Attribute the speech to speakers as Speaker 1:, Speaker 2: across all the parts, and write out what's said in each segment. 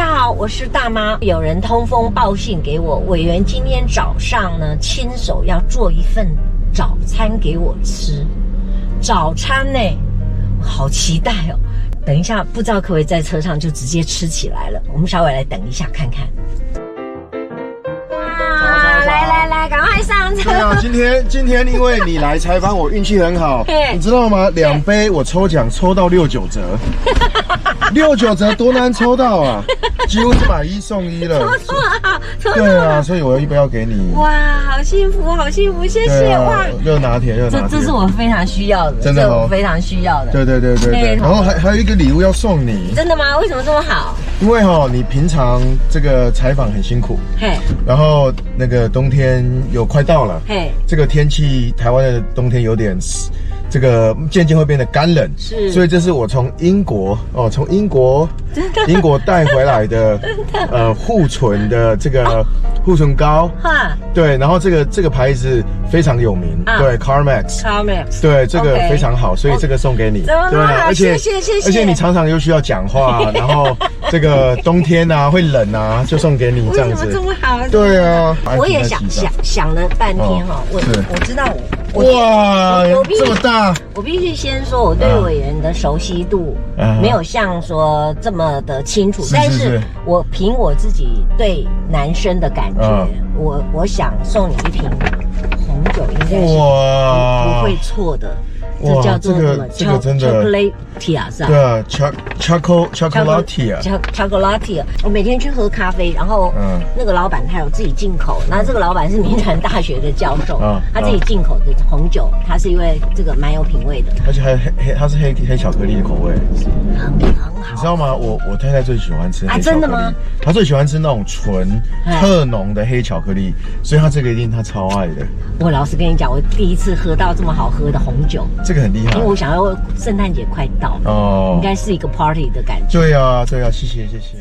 Speaker 1: 好，我是大妈。有人通风报信给我，委员今天早上呢，亲手要做一份早餐给我吃。早餐呢，我好期待哦！等一下，不知道可不可以在车上就直接吃起来了。我们稍微来等一下看看。哇，来来来，赶快上车
Speaker 2: 对！啊，今天今天因为你来采访我，运气很好
Speaker 1: 嘿，
Speaker 2: 你知道吗？两杯我抽奖抽到六 九折，六九折多难抽到啊，几乎是买一送一了。
Speaker 1: 哇，车
Speaker 2: 对啊，所以我有一杯要给你。
Speaker 1: 哇，好幸福，好幸福，谢
Speaker 2: 对
Speaker 1: 谢、
Speaker 2: 啊
Speaker 1: 哇！，
Speaker 2: 热拿铁，热拿
Speaker 1: 这
Speaker 2: 铁。
Speaker 1: 这是我非常需要的，
Speaker 2: 真的
Speaker 1: 这是我
Speaker 2: 哦
Speaker 1: 非常需要的。
Speaker 2: 对对对对
Speaker 1: 对
Speaker 2: 对，然后还还有一个礼物要送你，
Speaker 1: 真的吗？为什么这么好？
Speaker 2: 因为哈、你平常这个采访很辛苦，
Speaker 1: 嘿，
Speaker 2: 然后那个冬天有快到了，
Speaker 1: 嘿，
Speaker 2: 这个天气台湾的冬天有点，这个渐渐会变得干冷，
Speaker 1: 是
Speaker 2: 所以这是我从英国哦，从英国英国带回 来的，呃，护唇的这
Speaker 1: 啊
Speaker 2: 个护唇膏，
Speaker 1: 哈
Speaker 2: 对，然后这个这个牌子非常有名，
Speaker 1: 啊
Speaker 2: 对，CarMax。
Speaker 1: ，Carmex，
Speaker 2: 对，这个
Speaker 1: OK
Speaker 2: 非常好，所以这个送给你。
Speaker 1: 怎么那
Speaker 2: 对
Speaker 1: 么
Speaker 2: 啊，
Speaker 1: 好
Speaker 2: 而且
Speaker 1: 谢谢谢谢
Speaker 2: 而且你常常又需要 讲话，然后这个冬天啊会冷啊，就送给你
Speaker 1: 为
Speaker 2: 这样
Speaker 1: 什么这
Speaker 2: 子。
Speaker 1: 么好？
Speaker 2: 对啊，
Speaker 1: 我也想想想了半天哈、
Speaker 2: 哦
Speaker 1: 我
Speaker 2: 是
Speaker 1: 我知道我我
Speaker 2: 哇
Speaker 1: 我我比，
Speaker 2: 这么大，
Speaker 1: 我必须先说，我对
Speaker 2: 啊
Speaker 1: 委员的熟悉度
Speaker 2: 啊
Speaker 1: 没有像说这么的清楚，
Speaker 2: 是
Speaker 1: 但
Speaker 2: 是
Speaker 1: 是
Speaker 2: 是
Speaker 1: 我凭我自己对男生的感觉，
Speaker 2: 啊
Speaker 1: 我我想送你一瓶红酒，应该是
Speaker 2: 哇，
Speaker 1: 不会错的。这
Speaker 2: 哇
Speaker 1: 叫做
Speaker 2: 这个
Speaker 1: 什么？
Speaker 2: 这个真的
Speaker 1: chocolate 啊，是吧？
Speaker 2: 对啊，choc choco chocolate 啊，
Speaker 1: 巧巧克力啊！我每天去喝咖啡，然后
Speaker 2: 嗯
Speaker 1: 那个老板他有自己进口，那这个老板是明传大学的教授
Speaker 2: 啊，
Speaker 1: 他自己进口的红酒，他是因为这个蛮有品味的，
Speaker 2: 而且还有黑黑，它是黑黑巧克力的口味，你
Speaker 1: 很很
Speaker 2: 知
Speaker 1: 好。
Speaker 2: 道吗？我我太太最喜欢吃
Speaker 1: 嗯啊
Speaker 2: 黑巧
Speaker 1: 真
Speaker 2: 克
Speaker 1: 的
Speaker 2: 力
Speaker 1: 吗，
Speaker 2: 她最喜欢吃那种纯
Speaker 1: 哎
Speaker 2: 特浓的黑巧克力，所以她这个一定她超爱的，
Speaker 1: 我老实跟你讲，我第一次喝到这么好喝的红酒，
Speaker 2: 这个很厉害
Speaker 1: 因为。我想要圣诞节快到了，
Speaker 2: 哦
Speaker 1: 应，该是一个 party 的感觉。
Speaker 2: 对啊，对啊，谢谢谢谢。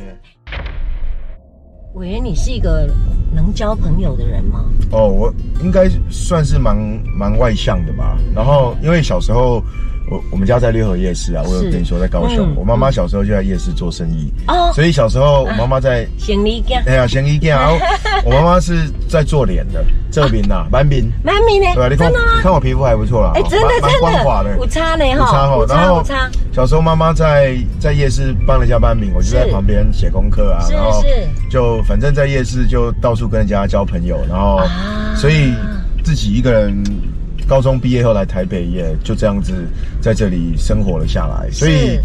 Speaker 1: 委员，你是一个能交朋友的人吗？
Speaker 2: 哦，我应该算是蛮蛮外向的吧。然后因为小时候，我我们家在六合夜市啊，我有
Speaker 1: 是
Speaker 2: 跟你说在高雄，
Speaker 1: 嗯
Speaker 2: 我妈妈小时候就在夜市做生意，
Speaker 1: 哦
Speaker 2: 所以小时候我妈妈在。
Speaker 1: 行李干，
Speaker 2: 哎呀，先一件，然后我妈妈是在做脸的，这饼呐，板饼，
Speaker 1: 妈咪呢
Speaker 2: 对啊吧？？你看
Speaker 1: 哎真
Speaker 2: 我，
Speaker 1: 的吗
Speaker 2: 你？看我皮肤还不错啦，啊
Speaker 1: 哎，真的
Speaker 2: 蛮蛮
Speaker 1: 真
Speaker 2: 光滑的
Speaker 1: 的，，有差呢
Speaker 2: 有差
Speaker 1: 哈，
Speaker 2: 哦。
Speaker 1: 有
Speaker 2: 然
Speaker 1: 差有
Speaker 2: 后
Speaker 1: 差，
Speaker 2: 小时候妈妈在在夜市帮人家搬饼，我就在
Speaker 1: 是
Speaker 2: 旁边写功课啊，
Speaker 1: 是
Speaker 2: 然后
Speaker 1: 是。
Speaker 2: 就反正在夜市就到处跟人家交朋友，然后
Speaker 1: 啊
Speaker 2: 所以自己一个人。高中毕业后来台北，也就这样子在这里生活了下来，所以
Speaker 1: 是，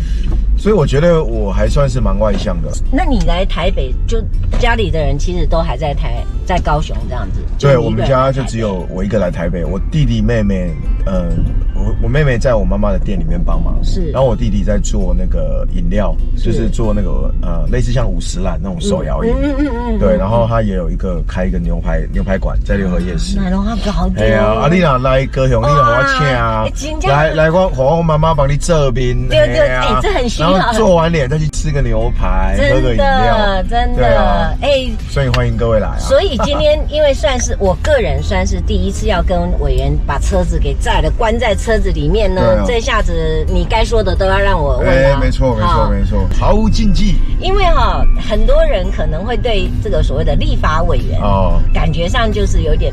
Speaker 2: 所以我觉得我还算是蛮外向的。
Speaker 1: 那你来台北，就家里的人其实都还在台，在高雄这样子。就
Speaker 2: 对
Speaker 1: 你一
Speaker 2: 我
Speaker 1: 个
Speaker 2: 们
Speaker 1: 人
Speaker 2: 家
Speaker 1: 来
Speaker 2: 就
Speaker 1: 台北
Speaker 2: 只有我一个来台北，我弟弟妹妹，呃，我我妹妹在我妈妈的店里面帮忙，
Speaker 1: 是
Speaker 2: 然后我弟弟在做那个饮料，
Speaker 1: 是
Speaker 2: 就是做那个呃类似像五十兰那种手摇饮，
Speaker 1: 嗯嗯嗯嗯，
Speaker 2: 对，然后他也有一个开一个牛排牛排馆在六合夜市。
Speaker 1: 那拢啊不好
Speaker 2: 哎呀，啊你若来高雄，你就给我请啊
Speaker 1: 哇哎真，的
Speaker 2: 来来我我我妈妈帮你这边，
Speaker 1: 对对
Speaker 2: 哎呀
Speaker 1: 哎这很需要
Speaker 2: 然后做完脸再去吃个牛排，喝个
Speaker 1: 真
Speaker 2: 饮料
Speaker 1: 的，真
Speaker 2: 对啊
Speaker 1: 的，哎。
Speaker 2: 所以欢迎各位来啊。
Speaker 1: 所以今天，因为算是我个人算是第一次要跟委员把车子给载了，关在车子里面呢。
Speaker 2: 对啊
Speaker 1: 这下子你该说的都要让我问
Speaker 2: 哎
Speaker 1: 了，，
Speaker 2: 没错没
Speaker 1: 好
Speaker 2: 错没错，毫无禁忌
Speaker 1: 因为哈、很多人可能会对这个所谓的立法委员，
Speaker 2: 哦。
Speaker 1: 感觉上就是有点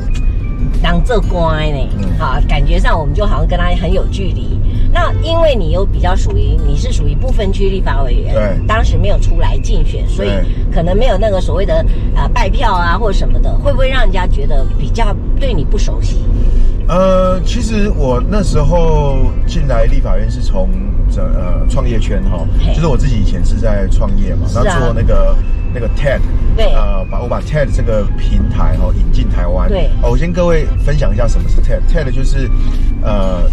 Speaker 1: 当这乖呢
Speaker 2: 嗯，
Speaker 1: 哈、感觉上我们就好像跟他很有距离。那因为你又比较属于你是属于不分区立法委员，
Speaker 2: 对
Speaker 1: 当时没有出来竞选，所以
Speaker 2: 对
Speaker 1: 可能没有那个所谓的呃拜票啊或什么的，会不会让人家觉得比较对你不熟悉？
Speaker 2: 呃，其实我那时候进来立法院是从这呃创业圈哈
Speaker 1: 嘿，
Speaker 2: 就是我自己以前是在创业嘛，
Speaker 1: 是啊
Speaker 2: 然后做那个那个 TED，
Speaker 1: 对
Speaker 2: 呃，把我把 TED 这个平台哈引进台湾。
Speaker 1: 对
Speaker 2: 哦，我先各位分享一下什么是 TED，TED 就是呃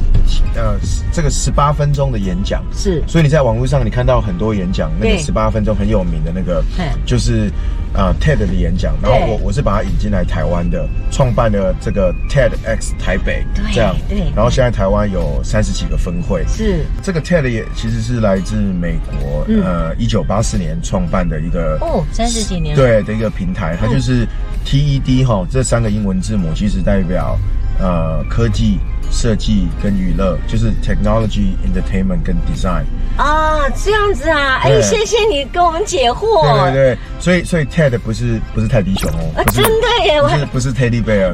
Speaker 2: 呃这个十八分钟的演讲，
Speaker 1: 是
Speaker 2: 所以你在网络上你看到很多演讲，那
Speaker 1: 对
Speaker 2: 个十八分钟很有名的那个
Speaker 1: 嗯，
Speaker 2: 就是呃 TED 的演讲，然后
Speaker 1: 对
Speaker 2: 我我是把它引进来台湾的，创办了这个 TEDx 台北
Speaker 1: 对，
Speaker 2: 这样
Speaker 1: 对，
Speaker 2: 然后现在台湾有三十几个分会。
Speaker 1: 是
Speaker 2: 这个 TED 也其实是来自美国，
Speaker 1: 嗯
Speaker 2: 呃，一九八四年创办的一个
Speaker 1: 哦三十几年了嗯
Speaker 2: 对的一个平台，E 它就是 TED 哈，这三个英文字母其实代表呃科技、设计跟娱乐，就是 technology entertainment 跟 design。
Speaker 1: 啊，这样子啊，哎，
Speaker 2: 对
Speaker 1: 谢谢你给我们解惑。
Speaker 2: 对对对，所以所以 TED 不是不是泰迪熊哦，
Speaker 1: 啊
Speaker 2: 不是
Speaker 1: 真的耶我
Speaker 2: 不是不是 Teddy Bear。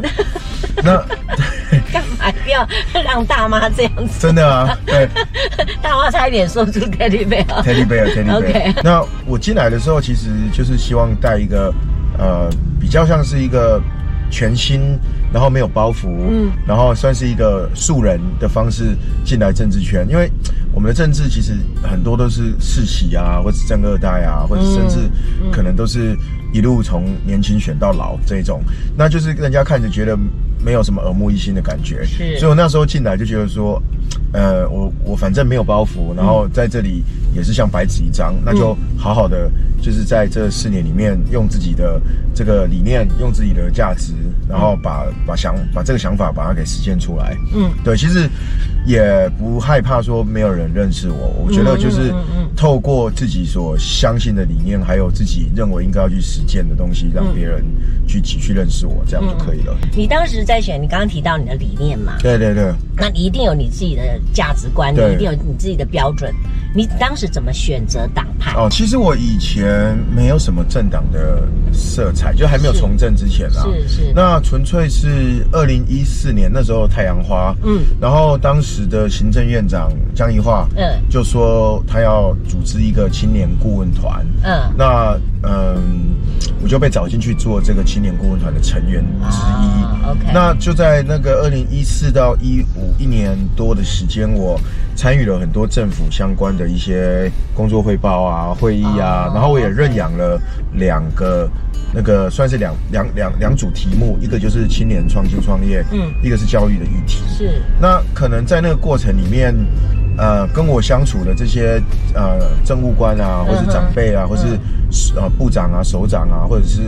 Speaker 2: 那
Speaker 1: 干嘛不要让大妈这样子？
Speaker 2: 真的啊，对
Speaker 1: 大妈差一点说出 teddy bear。
Speaker 2: Teddy Bear，Teddy
Speaker 1: OK
Speaker 2: Bear。那我进来的时候，其实就是希望带一个呃，比较像是一个全新，然后没有包袱，嗯，然后算是一个素人的方式进来政治圈，因为我们的政治其实很多都是世袭啊，或是正二代啊，或者甚至
Speaker 1: 嗯
Speaker 2: 可能都是一路从年轻选到老这一种，那就是人家看着觉得没有什么耳目一新的感觉，
Speaker 1: 是
Speaker 2: 所以我那时候进来就觉得说，呃，我我反正没有包
Speaker 1: 嗯
Speaker 2: 袱，然后在这里也是像白纸一张，那就好好的就是在这四年里面，用自己的这个理念，用自己的价值，然后把把想把这个想法把它给实践出来。
Speaker 1: 嗯，
Speaker 2: 对，其实也不害怕说没有人认识我，我觉得就是
Speaker 1: 嗯嗯嗯
Speaker 2: 透过自己所相信的理念，还有自己认为应该要去实践的东西，
Speaker 1: 嗯
Speaker 2: 让别人去去认识我，这样就可以了。
Speaker 1: 你当时在选，你刚刚提到你的理念嘛，
Speaker 2: 对对对。
Speaker 1: 那你一定有你自己的价值观，你
Speaker 2: 对
Speaker 1: 一定有你自己的标准。你当时怎么选择党派？
Speaker 2: 哦，其实我以前没有什么政党的色彩，就还没有
Speaker 1: 是
Speaker 2: 从政之前啊。
Speaker 1: 是是
Speaker 2: 那纯粹是二零一四年那时候太阳花，
Speaker 1: 嗯，
Speaker 2: 然后当时的行政院长江宜桦，
Speaker 1: 嗯
Speaker 2: 就说他要组织一个青年顾问团，
Speaker 1: 嗯，
Speaker 2: 那嗯，我就被找进去做这个青年顾问团的成员之一。
Speaker 1: 啊，OK
Speaker 2: 那就在那个二零一四到一五一年多的时间，我参与了很多政府相关的一些工作汇报啊、会议啊，
Speaker 1: 哦
Speaker 2: 然后我也认养了两个。那个算是两两两两组题目，一个就是青年创新创业，
Speaker 1: 嗯
Speaker 2: 一个是教育的议题。
Speaker 1: 是
Speaker 2: 那可能在那个过程里面，呃，跟我相处的这些呃政务官啊，或
Speaker 1: 嗯
Speaker 2: 是
Speaker 1: 哼
Speaker 2: 长辈啊，或是呃部长啊、首长啊，或者是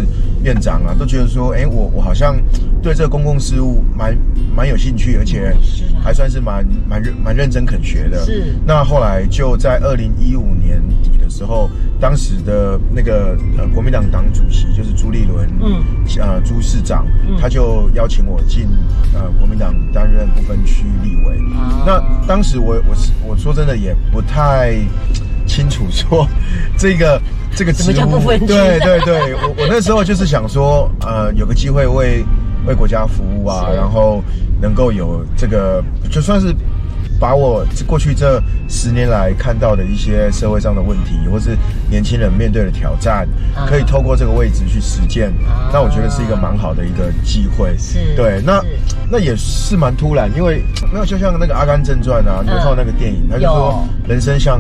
Speaker 2: 院长啊，都觉得说，哎、我我好像对这个公共事务蛮蛮有兴趣，而且
Speaker 1: 是啊
Speaker 2: 还算是蛮蛮认蛮认真肯学的。
Speaker 1: 是
Speaker 2: 那后来就在二零一五年底的时候，当时的那个呃国民党党主席就是朱立伦，
Speaker 1: 嗯，
Speaker 2: 呃朱市长，
Speaker 1: 嗯
Speaker 2: 他就邀请我进呃国民党担任不分区立委。
Speaker 1: 啊
Speaker 2: 那当时我我是我说真的也不太清楚说这个这个
Speaker 1: 什么
Speaker 2: 职
Speaker 1: 叫
Speaker 2: 务
Speaker 1: 不分区
Speaker 2: 对对对，我我那时候就是想说，呃，有个机会为为国家服务啊，
Speaker 1: 是
Speaker 2: 然后能够有这个就算是。把我这过去这十年来看到的一些社会上的问题，或是年轻人面对的挑战，
Speaker 1: 啊
Speaker 2: 可以透过这个位置去实践，
Speaker 1: 啊
Speaker 2: 那我觉得是一个蛮好的一个机会。
Speaker 1: 是
Speaker 2: 对，那
Speaker 1: 是
Speaker 2: 那也是蛮突然，因为没有就像那个《阿甘正传》
Speaker 1: 嗯
Speaker 2: 啊，你有看过那个电影，他就说人生像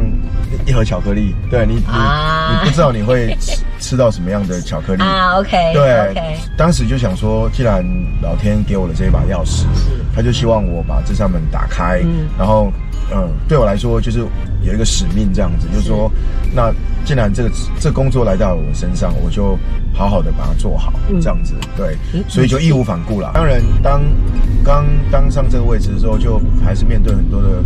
Speaker 2: 一盒巧克力，对你你、
Speaker 1: 啊
Speaker 2: 你不知道你会吃吃到什么样的巧克力。
Speaker 1: 啊，OK，
Speaker 2: 对
Speaker 1: OK，
Speaker 2: 当时就想说，既然老天给我的这一把钥匙，他就希望我把这扇门打开，
Speaker 1: 嗯
Speaker 2: 然后，嗯，对我来说就是有一个使命这样子，就是说，那既然这个这工作来到我身上，我就好好的把它做好，
Speaker 1: 嗯
Speaker 2: 这样子，对
Speaker 1: 嗯，
Speaker 2: 所以就义无反顾了。当然，当刚当上这个位置的时候，就还是面对很多的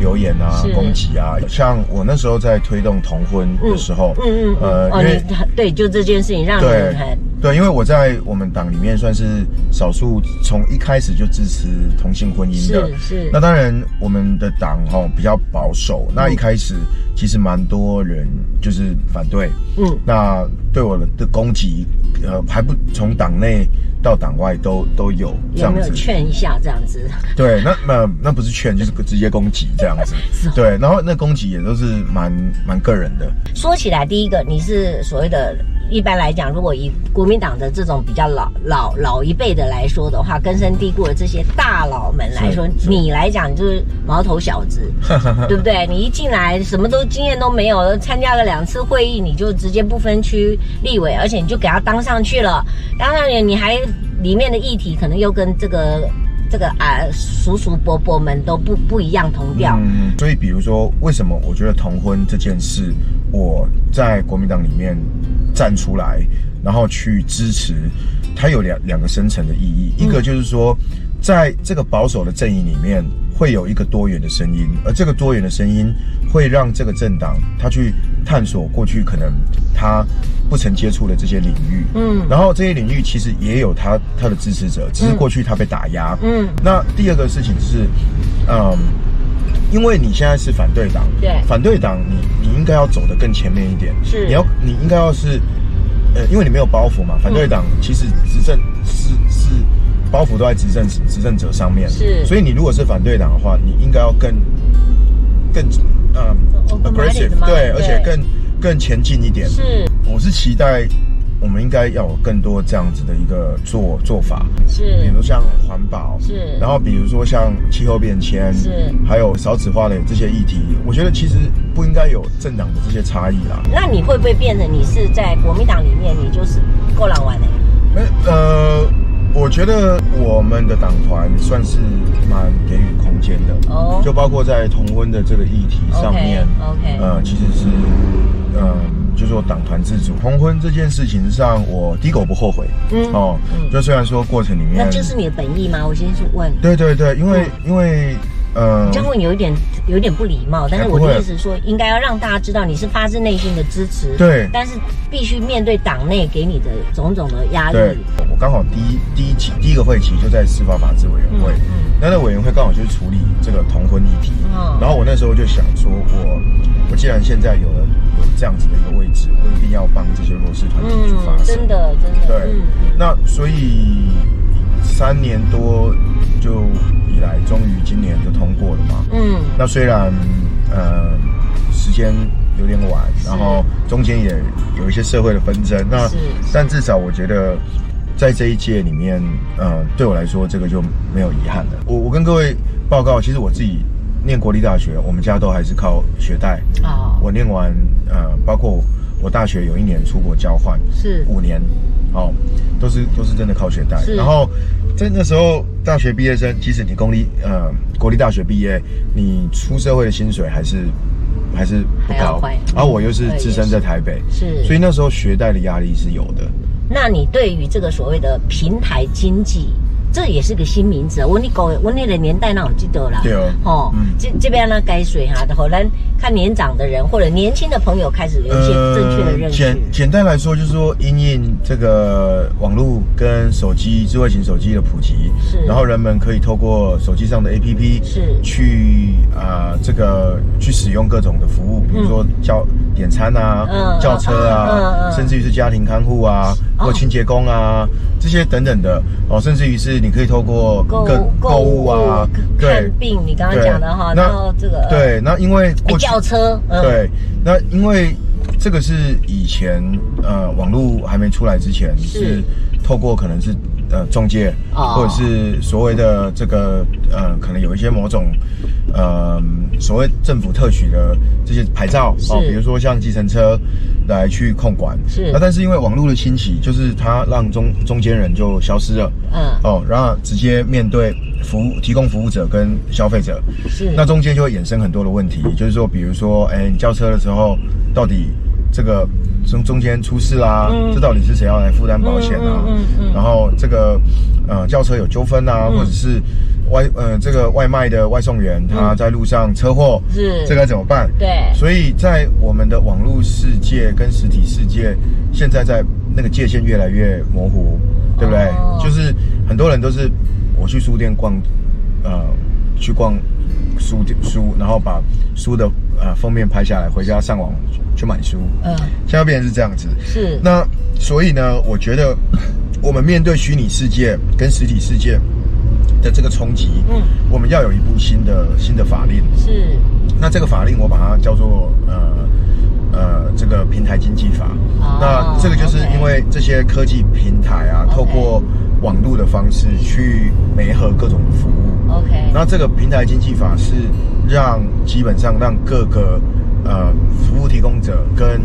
Speaker 2: 留言啊
Speaker 1: 是、
Speaker 2: 攻击啊，像我那时候在推动同婚的时候，
Speaker 1: 嗯嗯嗯，哦，
Speaker 2: 呃因为。
Speaker 1: 你对，就这件事情让
Speaker 2: 对
Speaker 1: 你很
Speaker 2: 对，因为我在我们党里面算是少数从一开始就支持同性婚姻的
Speaker 1: 是。是
Speaker 2: 那当然，我们的党哈、比较保守，那一开始其实蛮多人就是反对，
Speaker 1: 嗯
Speaker 2: 那对我的攻击，呃，还不从党内到党外都都有
Speaker 1: 有
Speaker 2: 这样
Speaker 1: 没有
Speaker 2: 子。
Speaker 1: 劝一下这样子？
Speaker 2: 对，那那、那不是劝，就是直接攻击这样子。
Speaker 1: 是哦
Speaker 2: 对，然后那攻击也都是蛮蛮个人的。
Speaker 1: 说起来，第一个你是所谓的，一般来讲，如果以国民党的这种比较老老老一辈的来说的话，根深蒂固的这些大佬们来说，
Speaker 2: 是是
Speaker 1: 你来讲就是毛头小子，对不对？你一进来什么都经验都没有，参加了两次会议你就直接不分区立委，而且你就给他当上去了，当然你还里面的议题可能又跟这个。这个啊，叔叔伯伯们都不不一样同调，
Speaker 2: 嗯，所以比如说，为什么我觉得同婚这件事，我在国民党里面站出来，然后去支持，它有两两个深层的意义，一个就是说，在这个保守的阵营里面。会有一个多元的声音，而这个多元的声音会让这个政党他去探索过去可能他不曾接触的这些领域，
Speaker 1: 嗯
Speaker 2: 然后这些领域其实也有他他的支持者，只是过去他被打压，
Speaker 1: 嗯
Speaker 2: 那第二个事情是，嗯，因为你现在是反对党，
Speaker 1: 对
Speaker 2: 反对党你，你应该要走得更前面一点，
Speaker 1: 是嗯
Speaker 2: 你要你应该要是，呃，因为你没有包袱嘛，反对党其实执政是是包袱都在执政执政者上面，
Speaker 1: 是
Speaker 2: 所以你如果是反对党的话，你应该要更更嗯
Speaker 1: Open-minded
Speaker 2: aggressive，
Speaker 1: 嘛
Speaker 2: 对，而且
Speaker 1: 对
Speaker 2: 更更前进一点，
Speaker 1: 嗯是
Speaker 2: 我是期待我们应该要有更多这样子的一个做做法，比
Speaker 1: 是
Speaker 2: 如像环保，
Speaker 1: 嗯是
Speaker 2: 然后比如说像气候变迁，
Speaker 1: 嗯是
Speaker 2: 还有少子化的这些议题，我觉得其实不应该有政党的这些差异啦。
Speaker 1: 那你会不会变成你是在国民党里面，你就是够狼玩的？
Speaker 2: 那呃，我觉得我们的党团算是蛮给予空间的，
Speaker 1: 哦
Speaker 2: 就包括在同婚的这个议题上面
Speaker 1: OK，OK
Speaker 2: 呃，其实是呃，就说党团自主同婚这件事情上，我滴狗不后悔，
Speaker 1: 嗯
Speaker 2: 哦，
Speaker 1: 嗯
Speaker 2: 就虽然说过程里面，
Speaker 1: 那就是你的本意吗？我先去问。
Speaker 2: 对对对，因为、因为呃
Speaker 1: 这，样问有一点有点不礼貌，但是
Speaker 2: 哎
Speaker 1: 我
Speaker 2: 不会
Speaker 1: 的意思是说，应该要让大家知道你是发自内心的支持，
Speaker 2: 对
Speaker 1: 但是必须面对党内给你的种种的压力
Speaker 2: 对，，我刚好第一第一期第一个会期就在司法法制委员会，
Speaker 1: 嗯嗯
Speaker 2: 那那委员会刚好就是处理这个同婚议题，
Speaker 1: 嗯
Speaker 2: 然后我那时候就想说我，我既然现在有了有这样子的一个位置，我一定要帮这些弱势团体去发
Speaker 1: 嗯，
Speaker 2: 声，
Speaker 1: 真的真的，
Speaker 2: 对，
Speaker 1: 嗯，
Speaker 2: 那所以三年多就以来，终于今年就通过了嘛，
Speaker 1: 嗯，
Speaker 2: 那虽然呃时间有点晚，然后中间也有一些社会的纷争，那
Speaker 1: 是是
Speaker 2: 但至少我觉得在这一届里面，呃，对我来说这个就没有遗憾了。我我跟各位报告，其实我自己念国立大学，我们家都还是靠学贷。
Speaker 1: 哦，
Speaker 2: 我念完呃，包括我大学有一年出国交换，
Speaker 1: 是
Speaker 2: 五年，哦，都是都是真的靠学贷
Speaker 1: 是。
Speaker 2: 然后在那时候，大学毕业生，即使你公立呃国立大学毕业，你出社会的薪水还是还是不
Speaker 1: 还要
Speaker 2: 高
Speaker 1: 还。
Speaker 2: 而我又是
Speaker 1: 对
Speaker 2: 自
Speaker 1: 也
Speaker 2: 身
Speaker 1: 是
Speaker 2: 在台北，
Speaker 1: 是，
Speaker 2: 所以那时候学贷的压力是有的。
Speaker 1: 那你对于这个所谓的平台经济，这也是个新名词。啊我那个我那个年代那我记得啦。
Speaker 2: 对哦
Speaker 1: 哦，
Speaker 2: 嗯
Speaker 1: 这这边呢该水哈，后来看年长的人或者年轻的朋友开始有一些正确的认识
Speaker 2: 简。呃简单来说，就是说因应这个网络跟手机智慧型手机的普及
Speaker 1: 是，
Speaker 2: 然后人们可以透过手机上的 APP
Speaker 1: 是
Speaker 2: 去啊、呃这个去使用各种的服务，比如说叫点餐啊、
Speaker 1: 嗯
Speaker 2: 叫车啊，
Speaker 1: 嗯嗯嗯
Speaker 2: 甚至于是家庭看护啊、
Speaker 1: 哦
Speaker 2: 或清洁工啊这些等等的哦，甚至于是你可以透过
Speaker 1: 购
Speaker 2: 各购物啊，
Speaker 1: 看病，你刚刚讲的哈，
Speaker 2: 对
Speaker 1: 然后这个
Speaker 2: 那，对，那因为
Speaker 1: 哎
Speaker 2: 过去
Speaker 1: 轿车，嗯，
Speaker 2: 对，那因为这个是以前呃网络还没出来之前
Speaker 1: 是
Speaker 2: 是透过可能是呃中介、
Speaker 1: 哦
Speaker 2: 或者是所谓的这个呃可能有一些某种呃所谓政府特许的这些牌照哦，
Speaker 1: 是
Speaker 2: 比如说像计程车来去控管
Speaker 1: 是
Speaker 2: 那但是因为网络的兴起，就是它让中中间人就消失了。
Speaker 1: 嗯，
Speaker 2: 哦，然后直接面对服务提供服务者跟消费者，
Speaker 1: 是
Speaker 2: 那中间就会衍生很多的问题，就是说，比如说，哎，你叫车的时候，到底这个中中间出事啦、
Speaker 1: 嗯
Speaker 2: 这到底是谁要来负担保险啊？
Speaker 1: 嗯嗯嗯嗯
Speaker 2: 然后这个呃，轿车有纠纷啊，或者是外呃这个外卖的外送员他在路上车祸，
Speaker 1: 嗯是
Speaker 2: 这该怎么办？
Speaker 1: 对
Speaker 2: 所以在我们的网络世界跟实体世界，现在在那个界限越来越模糊，对不对？
Speaker 1: 哦
Speaker 2: 就是很多人都是我去书店逛，呃，去逛书店书，然后把书的呃封面拍下来，回家上网去买书。
Speaker 1: 嗯，
Speaker 2: 现在变成是这样子。
Speaker 1: 是
Speaker 2: 那所以呢，我觉得我们面对虚拟世界跟实体世界的这个冲击，
Speaker 1: 嗯，
Speaker 2: 我们要有一部新的新的法令。
Speaker 1: 是
Speaker 2: 那这个法令我把它叫做呃呃这个平台经济法。
Speaker 1: 哦
Speaker 2: 那这个就是因为这些科技平台啊
Speaker 1: OK
Speaker 2: 透过网络的方式去媒合各种服务。
Speaker 1: OK，
Speaker 2: 那这个平台经济法是让基本上让各个呃服务提供者跟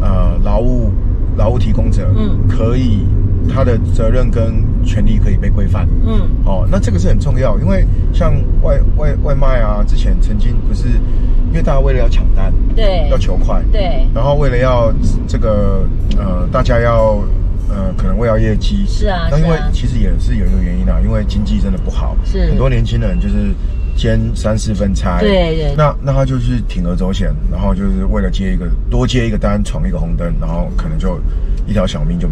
Speaker 2: 呃劳务劳务提供者，
Speaker 1: 嗯
Speaker 2: 可以他的责任跟权利可以被规范。
Speaker 1: 嗯，
Speaker 2: 哦，那这个是很重要，因为像外外外卖啊，之前曾经不是，因为大家为了要抢单，
Speaker 1: 对，
Speaker 2: 要求快，
Speaker 1: 对，
Speaker 2: 然后为了要这个呃，大家要呃，可能为了业绩，
Speaker 1: 是啊
Speaker 2: 那因为
Speaker 1: 是啊
Speaker 2: 其实也是有一个原因啊，因为经济真的不好，
Speaker 1: 是
Speaker 2: 很多年轻人就是兼三四分差，欸
Speaker 1: 对对
Speaker 2: 那那他就是铤而走险，然后就是为了接一个多接一个单，闯一个红灯，然后可能就一条小命就